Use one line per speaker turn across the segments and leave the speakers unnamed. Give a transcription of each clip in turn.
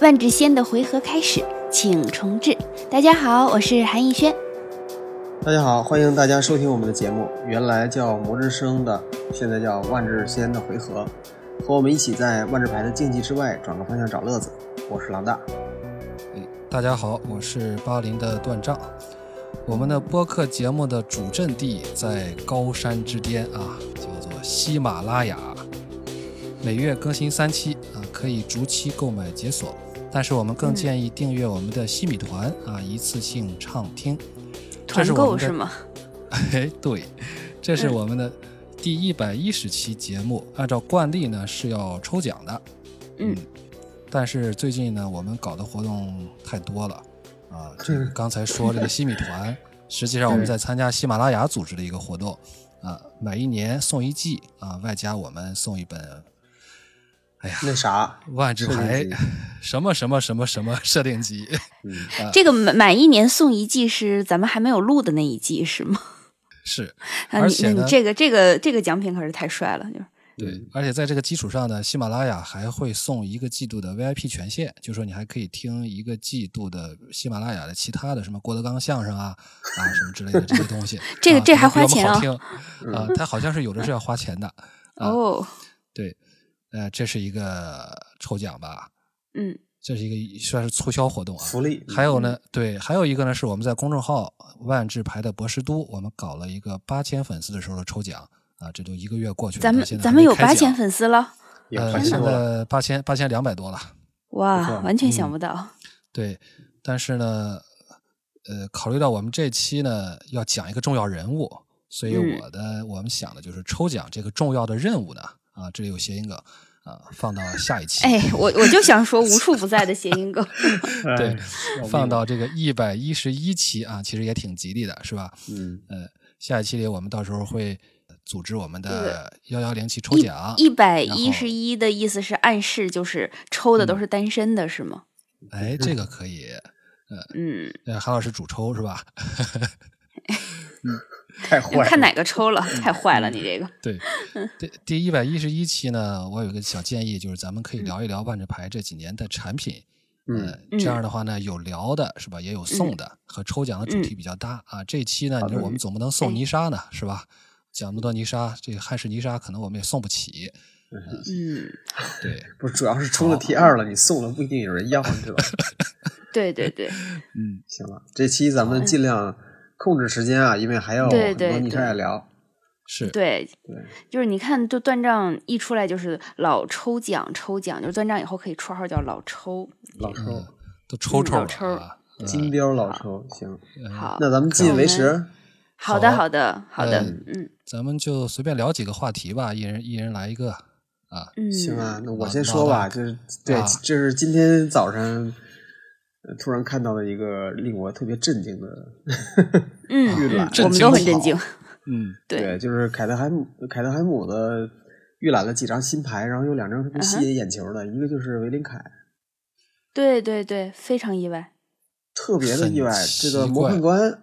万智仙的回合开始，请重置。大家好，我是韩逸轩。
大家好，欢迎大家收听我们的节目。原来叫魔之声的，现在叫万智仙的回合。和我们一起在万智牌的竞技之外转个方向找乐子。我是狼大。
大家好，我是巴林的段丈。我们的播客节目的主阵地在高山之巅啊，叫做喜马拉雅，每月更新三期啊，可以逐期购买解锁。但是我们更建议订阅我们的西米团啊，一次性畅听。这
团
是我
购
们的
是吗？
哎，对，这
嗯
是我们的第一百一十期节目，按照惯例呢是要抽奖的。
嗯，
但是最近呢，我们搞的活动太多了啊。这
嗯
个刚才说这个西米团，实际上我们在参加喜马拉雅组织的一个活动啊，买一年送一季啊，外加我们送一本哎
那啥，
万智
设
牌
定集
什么什么什么什么设定集。
嗯，
哎啊
这个买买一年送一季是咱们还没有录的那一季是吗？
是，
啊，
而
你
且
那
呢
你这个这个这个奖品可是太帅了，就是。
对，
而且在这个基础上呢，喜马拉雅还会送一个季度的 VIP 权限，就说你还可以听一个季度的喜马拉雅的其他的什么郭德纲相声啊啊什么之类的这些东西
这个
啊
这还
可能
花钱啊
比我们好听啊，它好像是有的是要花钱的。啊
哦，
对，呃，这是一个抽奖吧，
嗯
这是一个算是促销活动啊。
福利。嗯
还有呢，对，还有一个呢，是我们在公众号“万智牌的博士都”，我们搞了一个八千粉丝的时候的抽奖啊，这都一个月过去了，
咱们
到现在
咱
还
们
没
有
开
八
奖
千粉丝了，
也
呃，
快
天
现
收
哪
了。
在八千八千两百多了。
不
哇，
错
完全想不到，
对，但是呢，呃，考虑到我们这期呢要讲一个重要人物，所以
嗯
我的、我们想的就是抽奖这个重要的任务呢，啊，这里有谐音梗啊，放到下一期，
哎，我我就想说无处不在的谐音 梗，
对
哎，
放到这个一百一十一期啊，其实也挺吉利的，是吧？
嗯，
呃，下一期里我们到时候会组织我们的幺幺零期抽
一
奖，
一百一十一的意思是暗示就是抽的都
嗯
是单身的是吗？
哎，这个可以，
嗯，
呃，韩老师主抽是吧？
太坏了。
看哪个抽了，
嗯
太坏了，你这个。
对，第第一百一十一期呢，我有一个小建议，就是咱们可以聊一聊万智牌这几年的产品。
嗯，嗯
呃，这样的话呢，有聊的是吧，也有送的，和抽奖的主题比较搭啊。这期呢，你说我们总不能
哎
送泥沙呢，是吧？讲那么多泥沙，这个汉室泥沙可能我们也送不起。
嗯，
对，
不是，主要是冲了 T 二了，你送了不一定有人要，你知 道吗？
对对对，
嗯，
行了，这期咱们尽量控制时间啊，因为还有
对
很多
对
逆
对
差要聊。
是，
对
对，
就是你看，就断账一出来就是老抽奖，抽奖就是断账以后可以绰号叫老抽。
老抽
嗯，都
嗯
抽抽
老抽
了啊。
金标老抽，行，
好，
那咱们
那
进
我
为
们
时。
好的
好
好的好的，
嗯
嗯
咱们就随便聊几个话题吧，一人一人来一个啊。
嗯，
行啊，那我
老
先说
老
吧，
大
就是对
啊，
这是今天早上呃突然看到的一个令我特别震惊的，
嗯，
预览
嗯我
震
们
惊
都很
好
震惊。
嗯，
对
就是凯特海姆凯特海姆的预览了几张新牌，然后有两张特别
嗯
吸引眼球的，一个就是维林凯，
对对对，非常意外，
特别的意外
很，
这个
奇
魔
怪
判官，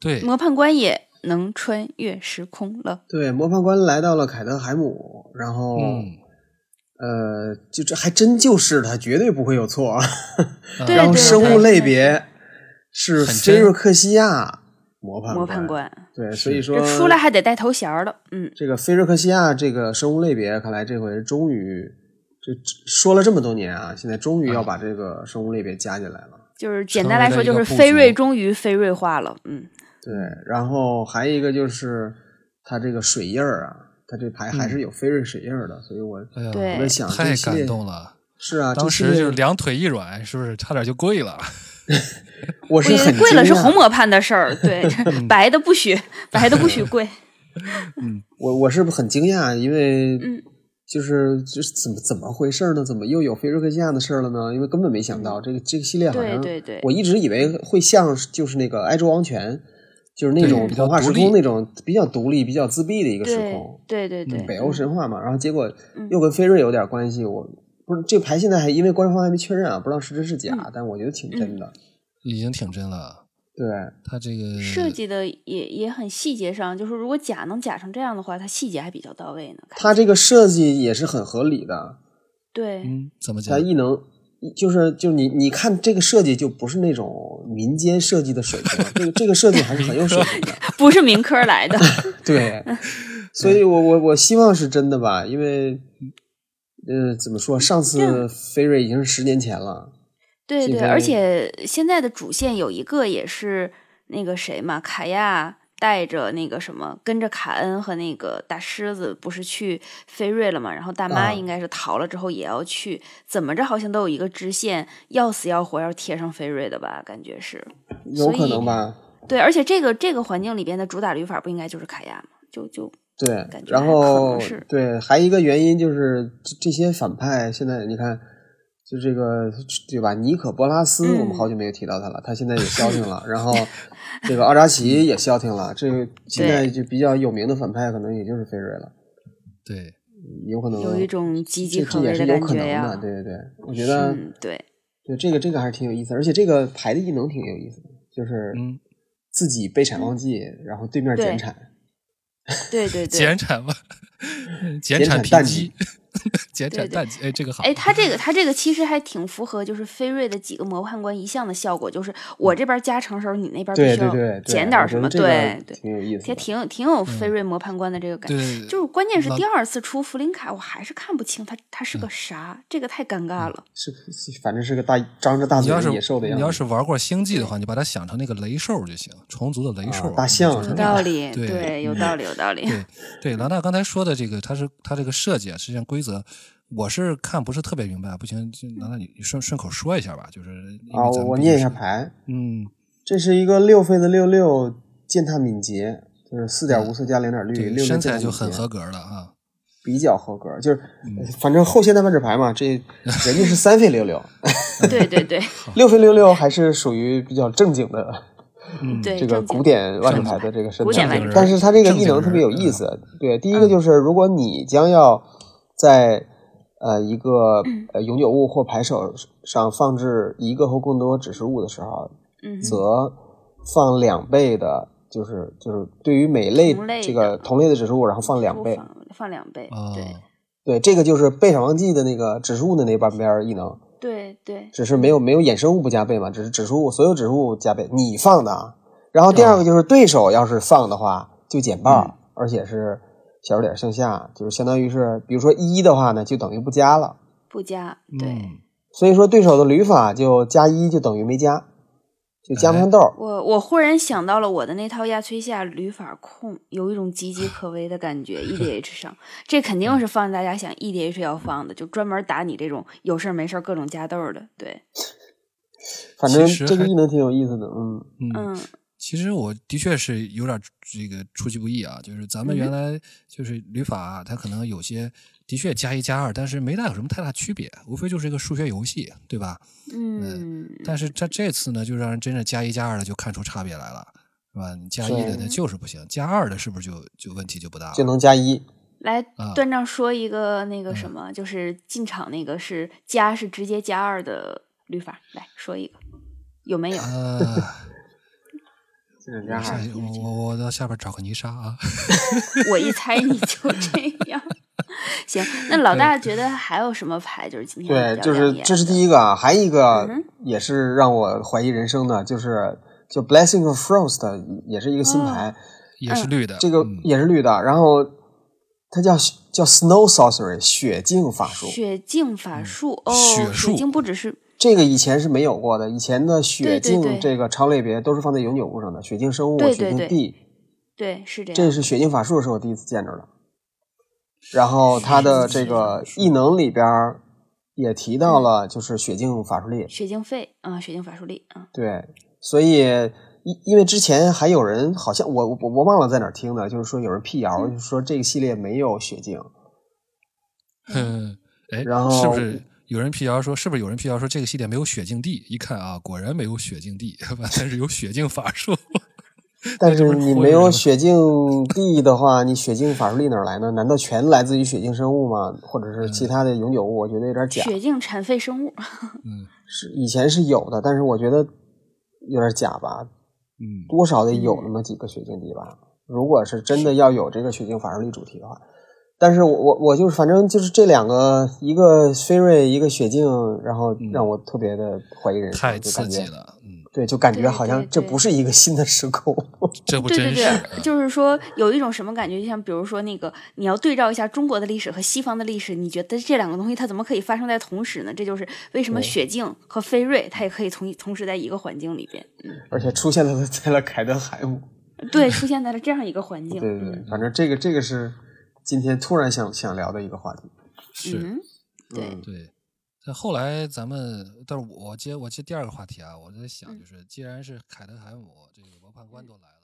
对，
哦
魔判官也能穿越时空了。
对，魔判官来到了凯特海姆，然后、
嗯，
呃，就这还真就是他，绝对不会有错。
嗯
对
然后
对
生物
对
类
是
别是
很
菲
真
瑞克西亚魔判
魔判官
对，所以说
这出来还得带头衔儿的，嗯，
这个菲瑞克西亚这个生物类别，看来这回终于这说了这么多年啊，现在终于要
嗯
把这个生物类别加进来了。
就是简
成
单
为
来
了
说
一
就
个
是
布
飞瑞
局
终于飞瑞化了，嗯，
对，然后还有一个就是它这个水印儿啊，它这牌还是有菲瑞水印儿的，所以我
嗯哎呀
对
我在想
太
这系列
感动了。
是啊，
当
这系
时
列
就是两腿一软，是不是差点就跪了？
我
贵
是很
贵了
惊
是
讶
红魔判的事儿，对，白的不许，白的不许贵。
我我是很惊讶，因为
嗯
就是就是怎么怎么回事呢？怎么又有菲瑞克西亚的事儿了呢？因为根本没想到这个这个系列好
嗯对
像，
对 对
我一直以为会像就是那个埃州王权，就是那
对
种
比
童
较
话时
独立
空那种比较独立、比较自闭的一个时空，
对对嗯对对，
北欧神话嘛。然后结果
嗯
又跟菲瑞有点关系，我不是这牌现在还因为官方还没确认啊，不知道是真是假，
嗯
但我觉得挺真的。
已经挺真了。
对，
他这个
嗯
设计的也也很细节上，就是如果假能假成这样的话，它细节还比较到位呢。看
它这个设计也是很合理的，
对，
嗯，怎么
它
讲？
异能就是就是你你看这个设计就不是那种民间设计的水平，这个这个设计还是很有水平的。
不是民科来 的，
对，所以我我我希望是真的吧，因为，呃，怎么说？上次飞瑞已经是十年前了，
对
几
对，
乎
而且现在的主线有一个也是那个谁嘛，卡亚带着那个什么，跟着卡恩和那个大狮子不是去飞瑞了嘛？然后大妈
啊
应该是逃了之后也要去，怎么着好像都有一个支线，要死要活要贴上飞瑞的吧？感觉是
有可
所以
能吧？
对，而且这个这个环境里边的主打旅法不应该就是卡亚吗？就就
对
感，觉
然
还可能
后
是
对，还一个原因就是这这些反派现在你看，就这个对吧？尼可波拉斯，
嗯
我们好久没有提到他了，他现在也消停 了。然后这个奥扎奇也消停了，这个现在就比较有名的反派可能也就是菲瑞了，
对，
有可能
有一种岌岌
这
可
这
危
也
的
是有
感
可
觉
能
呀、
的。对对对，我觉得
嗯，对，
对这个这个还是挺有意思的，而且这个排的异能挺有意思的，就是
嗯，
自己被产忘记，然后对面
嗯对
减产，
对对对，
减产吧，减
减产
产
淡
贫
季
瘠，减产
对对
淡季，哎，这个好，
哎，它这个它这个其实还挺符合，就是飞瑞的几个魔幻关一项的效果，就是我这边加成时候，你那边必
嗯对
须
对
要
对，对
减点
我
儿
觉
什
得
么，
这个
对对，
挺有意思
也
的。
挺有挺有飞瑞魔判官的这个感觉。
嗯对
就
对对，
是关键是
老嗯
第二次出弗林卡，我还是看不清他他是个啥，这个太尴尬了。
是，是反正是个大张着大
你
嘴
要
的
是
野兽的样
你
子。
要是玩过星际的话，你把它想成那个雷兽就行，虫族的雷兽，
啊大象
就是
有
嗯
道理，
对
对，有道理，有道理。
对对，兰娜刚才说的这个，它是它这个设计啊，实际上规则我是看不是特别明白，啊不行，就兰娜你你顺顺口说一下吧，就是因为
啊，
咱
我
们
我
毕竟
念一下
是，
牌，
嗯，
这是一个六费的六六践踏敏捷，就是四点无色加零点绿，
这
六
个
六
身
践踏
材就
敏
很
捷
合格了啊，
比较合格，就是
嗯
反正后现代半纸牌嘛， 这人家是三费六六，
对对对
六费六六还是属于比较正经的
嗯，
对，
这个
正经
古典万智
正
牌
经
的这个身
古典万
材
智，牌
但是它这个
正
异
经
能特别有
人
意
嗯
思。对，第一个就是如果你将要在呃一个呃永久物或牌手上放置一个或更多指示物的时候，
嗯哼，
则放两倍的，就是就是对于每类
同类
这个
的
同类的指示物，然后放两倍。
放放两倍，
啊，
对
对，这个就是被闪忘记的那个指示物的那半边儿异能，
对对，
只是没有没有衍生物不加倍嘛，只是指数所有指数加倍，你放的啊。然后第二个就是对手要是放的话，就减半儿，而且是小数点向下，就是相当于是，比如说一的话呢，就等于不加了。
不加，对
嗯，
所以说对手的捋法就加一就等于没加，就加不上豆儿。
我我忽然想到了我的那套亚崔夏旅法控，有一种岌岌可危的感觉。EDH 上，这肯
嗯
定是放大家想 EDH 要放的，就专门打你这种有事儿没事儿各种加豆儿的。对，
反正
其实
这个
还
异能挺有意思的，嗯，
嗯，
嗯
其实我的确是有点儿这个出其不意啊，就是咱们
嗯哼
原来就是旅法啊、它可能有些的确加一加二，但是没大有什么太大区别，无非就是一个数学游戏，对吧？
嗯，
但是它这次呢，就让人真正加一加二了，就看出差别来了，是吧？你加一的
是
它就是不行，加二的是不是就就问题就不大了？
就能加一。
来
啊
段长说一个那个
嗯
什么，就是进场那个是加是直接加二的旅法，来说一个，有没有？
呃，
加
我下去我我我到下边找个泥沙啊。
我 一猜你就这样。 行，那老大觉得还有什么牌？就是今天
对，就
比较
是
亮眼
这是
的
第一个啊，还有一个
嗯
也是让我怀疑人生的，就是就 Blessing of Frost 也是一个新
哦
牌，
也是绿的，
这个
嗯
也是绿的，然后它叫叫 Snow Sorcery 雪镜法术，
雪镜法术、
雪
哦，
嗯术
雪镜不只是
这个以前是没有过的，以前的雪
对对
镜
对
这个超类别都是放在永久物上的，雪镜生物、
对
雪
对
镜
对
地，
对，是这样。
这是雪镜法术是我第一次见着的。然后它的这个
雪镜
异能里边儿也提到
嗯
了，就是雪镜法术力，
血晶肺啊、血晶法术力啊、
对，所以因因为之前还有人好像我我我忘了在哪儿听的，就是说有人
嗯
辟谣，就说这个系列没有雪镜，
哼， 哎，
嗯然后
是不是有人辟谣说，是不是有人辟谣说这个系列没有雪境地？一看啊，果然没有雪境地， 但是有雪境法 术。
但
这
是
不是
你
忽悠
没
人
有
吗
雪镜地的话，你雪镜法术力哪儿来呢？难道全来自于雪镜生物吗？或者是其他的永久物？我觉得有点假，
血镜产废生物，
嗯
是以前是有的，但是我觉得有点假吧，
嗯，
多少得有那么几个雪镜地吧。如果是真的要有这个雪镜法术力主题的话，但是我我我就是反正就是这两个，一个飞锐，一个雪镜，然后让我特别的怀疑人生，
嗯太
就
刺
感
激
觉
了，嗯，
对，就感
对
觉好像
对
这
对
不是一个新的时空。
这不
对对
真是，
对，
啊
就是说有一种什么感觉，就像比如说那个，你要对照一下中国的历史和西方的历史，你觉得这两个东西它怎么可以发生在同时呢？这就是为
哦
什么
对
雪镜和飞瑞它也可以同同时在一个环境里边，嗯，
而且出现了在了凯德海姆，
对，出现在了这样一个环境，
对对对
嗯，
反正这个这个是今天突然想想聊的一个话题。
是，
嗯，对
嗯
对。但后来咱们，
嗯
但是我接我接第二个话题啊，我在想，就是既然是凯德海姆这个罗判官都来了，